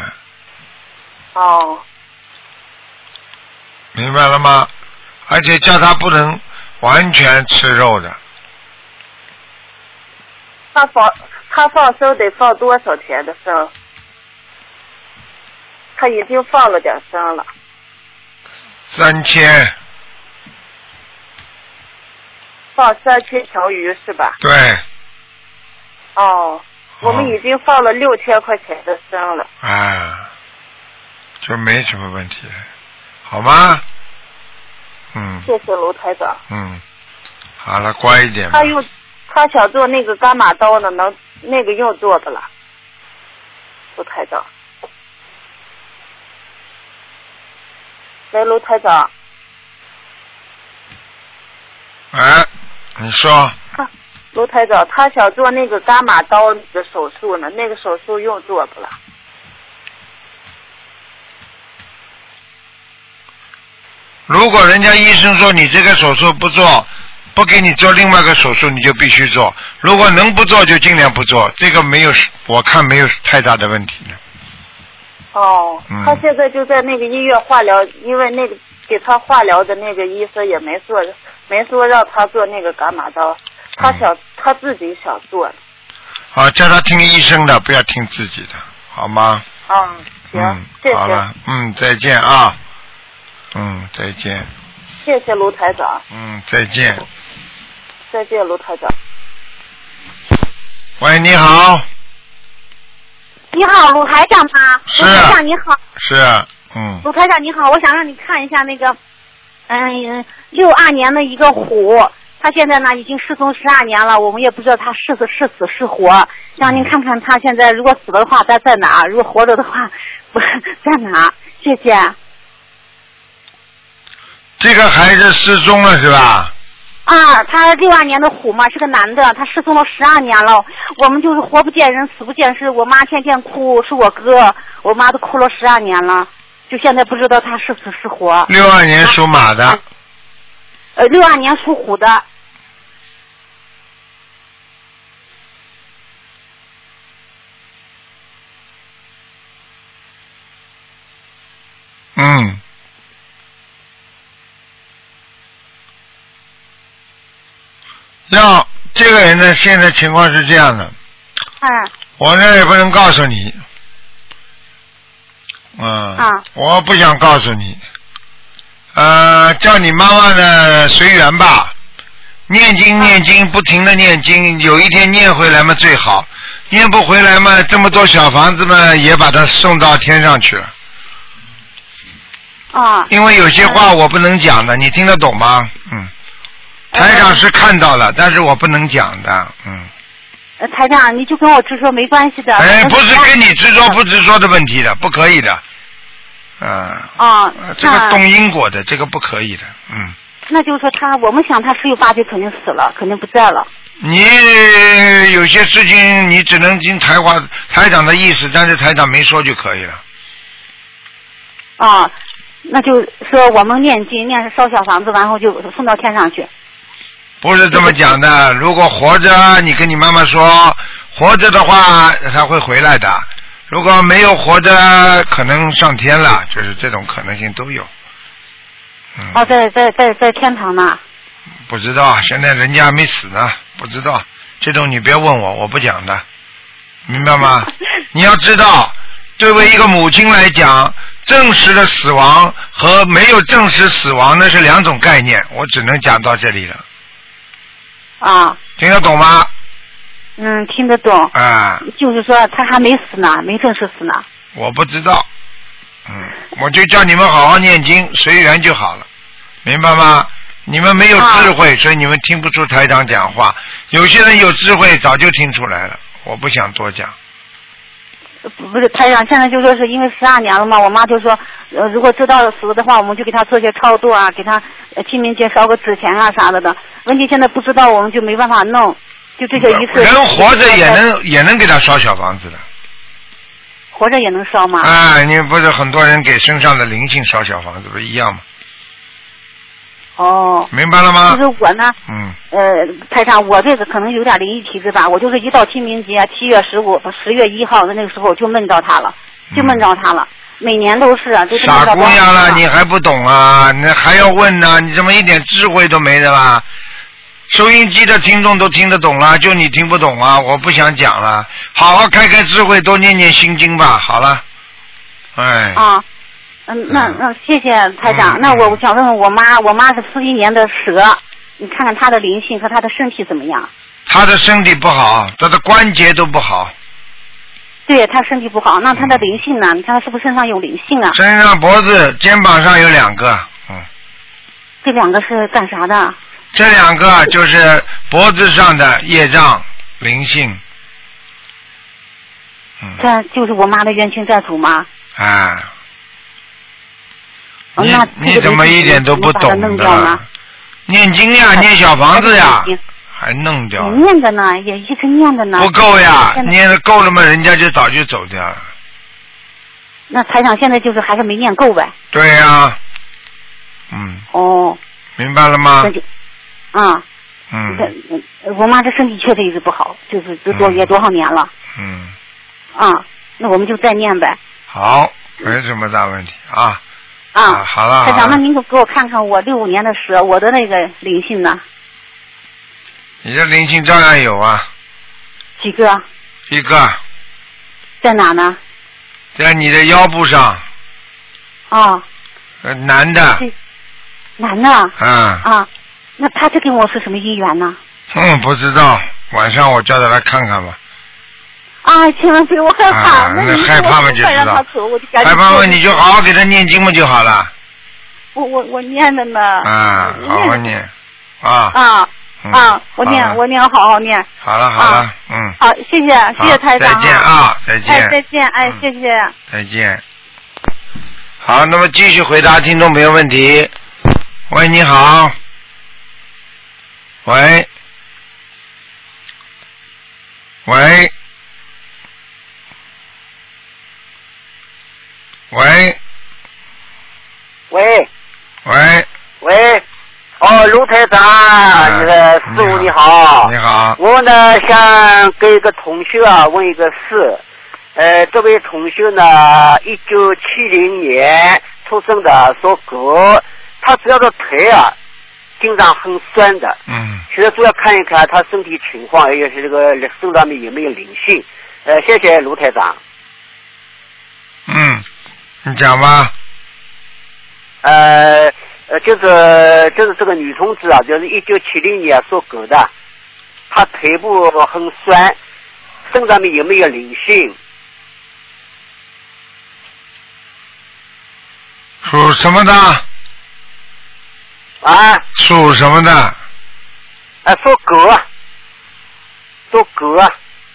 Speaker 9: 哦，
Speaker 1: 明白了吗？而且叫他不能完全吃肉的，
Speaker 9: 他放他放生得放多少钱的生？他已经放了点生了，
Speaker 1: 三千，
Speaker 9: 放三千条鱼是吧？
Speaker 1: 对，
Speaker 9: 哦，我们已经放了六千块钱的生了。
Speaker 1: 啊，就没什么问题了，好吗？嗯
Speaker 9: 谢谢卢台长。
Speaker 1: 嗯，好了，乖一点吧
Speaker 9: 他。又他想做那个伽马刀呢，能那个用做的了，卢台长。喂，卢台长，
Speaker 1: 哎，你说
Speaker 9: 卢台长，他想做那个伽马刀的手术呢，那个手术用做的了。
Speaker 1: 如果人家医生说你这个手术不做，不给你做另外一个手术，你就必须做。如果能不做就尽量不做，这个没有，我看没有太大的问题呢。
Speaker 9: 哦，
Speaker 1: 嗯
Speaker 9: 他现在就在那个医院化疗，因为那个给他化疗的那个医生也没说没说让他做那个伽马刀，他想、他自己想做的。
Speaker 1: 啊，叫他听医生的，不要听自己的，好吗？
Speaker 9: 嗯，行，
Speaker 1: 嗯，
Speaker 9: 谢
Speaker 1: 好
Speaker 9: 谢
Speaker 1: 了，嗯，再见啊，嗯，再见，
Speaker 9: 谢谢卢台长，
Speaker 1: 嗯，再见。
Speaker 9: 再见卢台长。
Speaker 1: 喂，你好，
Speaker 10: 你好，鲁台长吗？
Speaker 1: 是
Speaker 10: 鲁台长你好，
Speaker 1: 是，嗯，
Speaker 10: 鲁台长你好，我想让你看一下那个，嗯，六二年的一个虎，他现在呢已经失踪十二年了，我们也不知道他是死是死是活，让您看看他现在如果死了的话他在哪儿，如果活着的话不在哪儿，谢谢。
Speaker 1: 这个孩子失踪了是吧？
Speaker 10: 啊，他六二年的虎嘛，是个男的，他失踪了十二年了。我们就是活不见人，死不见尸。我妈天天哭，是我哥，我妈都哭了十二年了，就现在不知道他是死是活。
Speaker 1: 六二年属马的，
Speaker 10: 呃，六二年属虎的，
Speaker 1: 嗯，要这个人呢，现在情况是这样的，
Speaker 10: 嗯
Speaker 1: 我呢也不能告诉你，嗯，
Speaker 10: 啊
Speaker 1: 我不想告诉你，呃，叫你妈妈呢随缘吧，念经
Speaker 10: 啊
Speaker 1: 念经，不停的念经，有一天念回来嘛最好，念不回来嘛，这么多小房子嘛也把它送到天上去了，
Speaker 10: 啊，
Speaker 1: 因为有些话我不能讲的，你听得懂吗？嗯，台长是看到了，但是我不能讲的，嗯，
Speaker 10: 呃台长，你就跟我直说没关系的。
Speaker 1: 哎，
Speaker 10: 我
Speaker 1: 不是跟你执着不执着的问题的，不可以的，嗯。
Speaker 10: 啊，
Speaker 1: 呃这个
Speaker 10: 那
Speaker 1: 动因果的，这个不可以的，嗯。
Speaker 10: 那就是说他，我们想他十有八九肯定死了，肯定不在了。
Speaker 1: 你有些事情你只能听台话台长的意思，但是台长没说就可以了。
Speaker 10: 啊，那就是说我们念经念烧小房子，然后就送到天上去。
Speaker 1: 不是这么讲的，如果活着，你跟你妈妈说，活着的话他会回来的；如果没有活着，可能上天了，就是这种可能性都有。嗯
Speaker 10: 哦，在在在在天堂呢。
Speaker 1: 不知道，现在人家还没死呢，不知道。这种你别问我，我不讲的。明白吗？你要知道，对为一个母亲来讲，证实的死亡和没有证实死亡那是两种概念。我只能讲到这里了，
Speaker 10: 啊，
Speaker 1: 听得懂吗？
Speaker 10: 嗯，听得懂，
Speaker 1: 啊、
Speaker 10: 就是说他还没死呢，没正式死呢。
Speaker 1: 我不知道，嗯，我就叫你们好好念经，随缘就好了，明白吗？你们没有智慧，所以你们听不出台长讲话。有些人有智慧，早就听出来了。我不想多讲，
Speaker 10: 不不是台长，现在就说是因为十二年了嘛，我妈就说，呃，如果知道死了的话，我们就给她做些超度啊，给她呃清明节烧个纸钱啊啥的的。问题现在不知道，我们就没办法弄，就这些一次。嗯啊
Speaker 1: 人活着也能也能给他烧小房子的。
Speaker 10: 活着也能烧吗？
Speaker 1: 啊，你不是很多人给身上的灵性烧小房子，不是一样吗？
Speaker 10: 哦，
Speaker 1: 明白了吗
Speaker 10: 其实我呢，
Speaker 1: 嗯，
Speaker 10: 呃，台长，我这个可能有点灵异体质吧，我就是一到清明节，啊七月十五、十月一号的那个时候我就梦到他了，就梦到他了，每年都是啊，就是梦
Speaker 1: 嗯傻
Speaker 10: 到
Speaker 1: 姑
Speaker 10: 多少
Speaker 1: 娘了，
Speaker 10: 次
Speaker 1: 你还不懂啊？那还要问呢、你怎么一点智慧都没的啦？收音机的听众都听得懂了，就你听不懂啊！我不想讲了，好好开开智慧，多念念心经吧。好了，哎，
Speaker 10: 啊。嗯，那那谢谢台长。
Speaker 1: 嗯
Speaker 10: 那我我想问问我妈，我妈是四一年的蛇，你看看她的灵性和她的身体怎么样？
Speaker 1: 她的身体不好，她的关节都不好，
Speaker 10: 对她身体不好，那她
Speaker 1: 嗯
Speaker 10: 的灵性呢？你看她是不是身上有灵性啊？
Speaker 1: 身上、脖子、肩膀上有两个，嗯
Speaker 10: 这两个是干啥的？
Speaker 1: 这两个就是脖子上的业障灵性嗯
Speaker 10: 这就是我妈的冤亲债主吗？
Speaker 1: 啊。
Speaker 10: 哦
Speaker 1: 你
Speaker 10: 那
Speaker 1: 你怎么一点都不
Speaker 10: 这个灵
Speaker 1: 懂
Speaker 10: 性怎么把它弄掉
Speaker 1: 的
Speaker 10: 呢？？
Speaker 1: 念经呀，念小房子呀，啊还弄掉
Speaker 10: 我，念着呢，也一直念着呢。
Speaker 1: 不够呀，
Speaker 10: 现在
Speaker 1: 念的够了嘛，人家就早就走掉了。
Speaker 10: 那台长现在就是还是没念够呗。
Speaker 1: 对呀，嗯，
Speaker 10: 哦，
Speaker 1: 明白了吗
Speaker 10: 那？就，啊、
Speaker 1: 嗯
Speaker 10: 这呃我妈这身体确实一直不好，就是这多、也多少年了，
Speaker 1: 嗯，
Speaker 10: 啊、那我们就再念呗，
Speaker 1: 好，没什么大问题啊。
Speaker 10: 啊。
Speaker 1: 啊好了
Speaker 10: 台
Speaker 1: 好
Speaker 10: 长，
Speaker 1: 了
Speaker 10: 那您给我看看我六五年的蛇，我的那个灵性呢？
Speaker 1: 你这灵性照样有啊，
Speaker 10: 几个？
Speaker 1: 一个
Speaker 10: 在哪呢？
Speaker 1: 在你的腰部上，
Speaker 10: 啊、
Speaker 1: 呃，男的，
Speaker 10: 这男的。
Speaker 1: 嗯。
Speaker 10: 啊，那他这跟我是什么姻缘呢？
Speaker 1: 嗯，不知道，晚上我叫他来看看吧。
Speaker 10: 啊，千万别我害怕，
Speaker 1: 啊
Speaker 10: 那
Speaker 1: 那
Speaker 10: 你
Speaker 1: 害怕嘛就知道
Speaker 10: 快让他走，我就赶紧
Speaker 1: 来，爸
Speaker 10: 走
Speaker 1: 爸，你就好好给他念经嘛就好
Speaker 10: 啊
Speaker 1: 了。
Speaker 10: 我我我念着呢。
Speaker 1: 啊，好好念，啊
Speaker 10: 嗯啊
Speaker 1: 嗯
Speaker 10: 啊！我
Speaker 1: 好
Speaker 10: 念
Speaker 1: 了
Speaker 10: 我念，好好念。
Speaker 1: 好了好了，嗯，
Speaker 10: 好，谢谢谢
Speaker 1: 好
Speaker 10: 谢台长啊。
Speaker 1: 再见啊再见
Speaker 10: 哎，再见，哎，谢谢。
Speaker 1: 再见。好，那么继续回答听众朋友问题。喂，你好。喂。喂。喂
Speaker 11: 喂
Speaker 1: 喂，哎
Speaker 11: 喂，哦，卢台长，
Speaker 1: 啊
Speaker 11: 那个师傅你好，
Speaker 1: 你好，
Speaker 11: 我呢想给一个同学啊问一个事，呃，这位同学呢，一九七零年出生的，属狗，他主要的腿啊，经常很酸的，
Speaker 1: 嗯，
Speaker 11: 现在主要看一看他身体情况，还有是这个身上面有没有灵性，呃，谢谢卢台长。
Speaker 1: 嗯，你讲吧，
Speaker 11: 呃呃，就是就是这个女同志啊，就是一九七零年属狗的，她腿部很酸，身上面有没有灵性？
Speaker 1: 属什么的？
Speaker 11: 啊？
Speaker 1: 属什么的？
Speaker 11: 啊，属狗，啊，属狗，啊，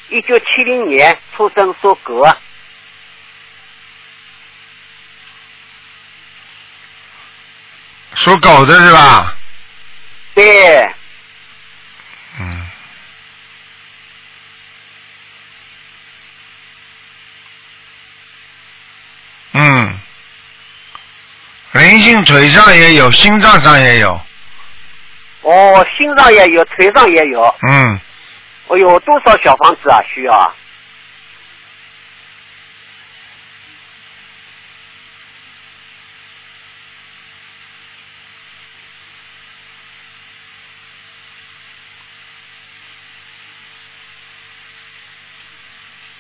Speaker 11: 一九七零年出生属狗，啊，
Speaker 1: 属狗的是吧？
Speaker 11: 对，
Speaker 1: 嗯。嗯，灵性腿上也有，心脏上也有。
Speaker 11: 哦，心上也有，腿上也有，
Speaker 1: 嗯，
Speaker 11: 哎呦，多少小房子啊需要啊？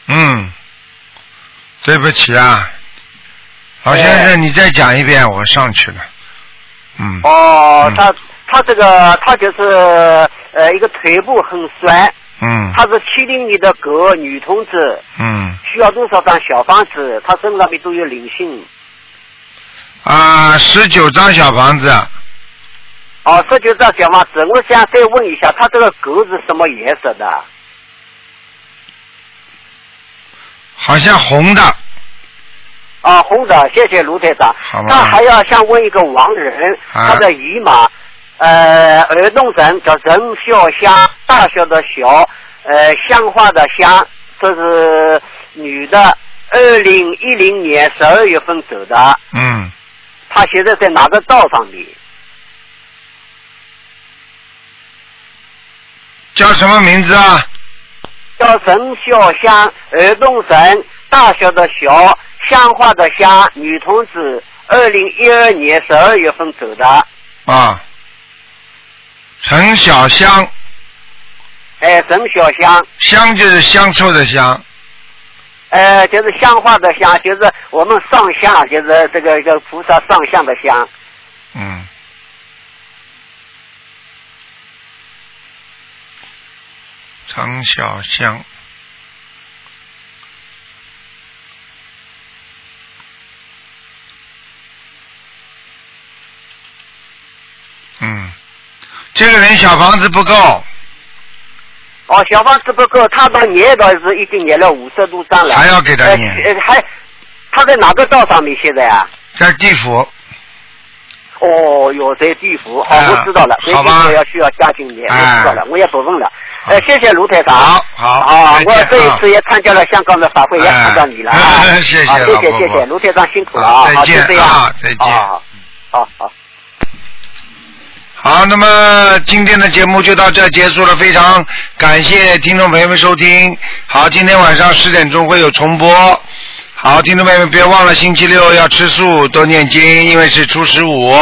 Speaker 1: 嗯对不起啊，老先生，你再讲一遍，我上去了。嗯，
Speaker 11: 哦，他他这个他就是呃一个腿部很酸，
Speaker 1: 嗯
Speaker 11: 她是七零年的狗女同志，
Speaker 1: 嗯
Speaker 11: 需要多少张小房子？她身上面都有灵性。
Speaker 1: 啊，十九张小房子，
Speaker 11: 哦，这就张小房子，我想再问一下，她这个狗是什么颜色的？
Speaker 1: 好像红的，
Speaker 11: 啊，红的，谢谢卢台长。
Speaker 1: 好
Speaker 11: 那
Speaker 1: 吧
Speaker 11: 还？要想问一个亡人，
Speaker 1: 啊
Speaker 11: 他的姨妈，呃，儿童人叫任小香，大小的小，呃，香花的香，这是女的，二零一零年十二月份走的，
Speaker 1: 嗯，
Speaker 11: 她现在在哪个道上面？
Speaker 1: 叫什么名字啊？
Speaker 11: 叫任小香，儿童人，大小的小，香花的香，女同志，二零一二年十二月份走的，
Speaker 1: 啊，陈小香，
Speaker 11: 哎，任小香。
Speaker 1: 香就是香臭的香，
Speaker 11: 呃，就是香花的香，就是我们上香，就是这个这个菩萨上香的香。
Speaker 1: 嗯。陈小香，嗯，这个人小房子不够，
Speaker 11: 哦，小房子不够，他到念倒是已经念了五十多张了。
Speaker 1: 还要给他念
Speaker 11: 呃呃还，他在哪个道上面现在啊？
Speaker 1: 在地府，
Speaker 11: 哦哟，在地府，哦，
Speaker 1: 啊
Speaker 11: 我知道了，在
Speaker 1: 好
Speaker 11: 地
Speaker 1: 吧
Speaker 11: 府要需要加紧念，
Speaker 1: 哎
Speaker 11: 我知道了，我也不问了。呃，谢谢卢台长。好，
Speaker 1: 好
Speaker 11: 啊
Speaker 1: 再，见
Speaker 11: 我这一次也参加了香港的法会，也看到你了啊
Speaker 1: 哎，谢谢
Speaker 11: 啊谢
Speaker 1: 老
Speaker 11: 谢
Speaker 1: 婆
Speaker 11: 谢
Speaker 1: 婆
Speaker 11: 谢，卢台长辛苦了
Speaker 1: 好
Speaker 11: 啊，
Speaker 1: 再
Speaker 11: 好
Speaker 1: 见
Speaker 11: 就这样
Speaker 1: 啊再见
Speaker 11: 好好好。
Speaker 1: 好，那么今天的节目就到这儿结束了，非常感谢听众朋友们收听。好，今天晚上十点钟会有重播。好，听众朋友们别忘了星期六要吃素，多念经，因为是初十五。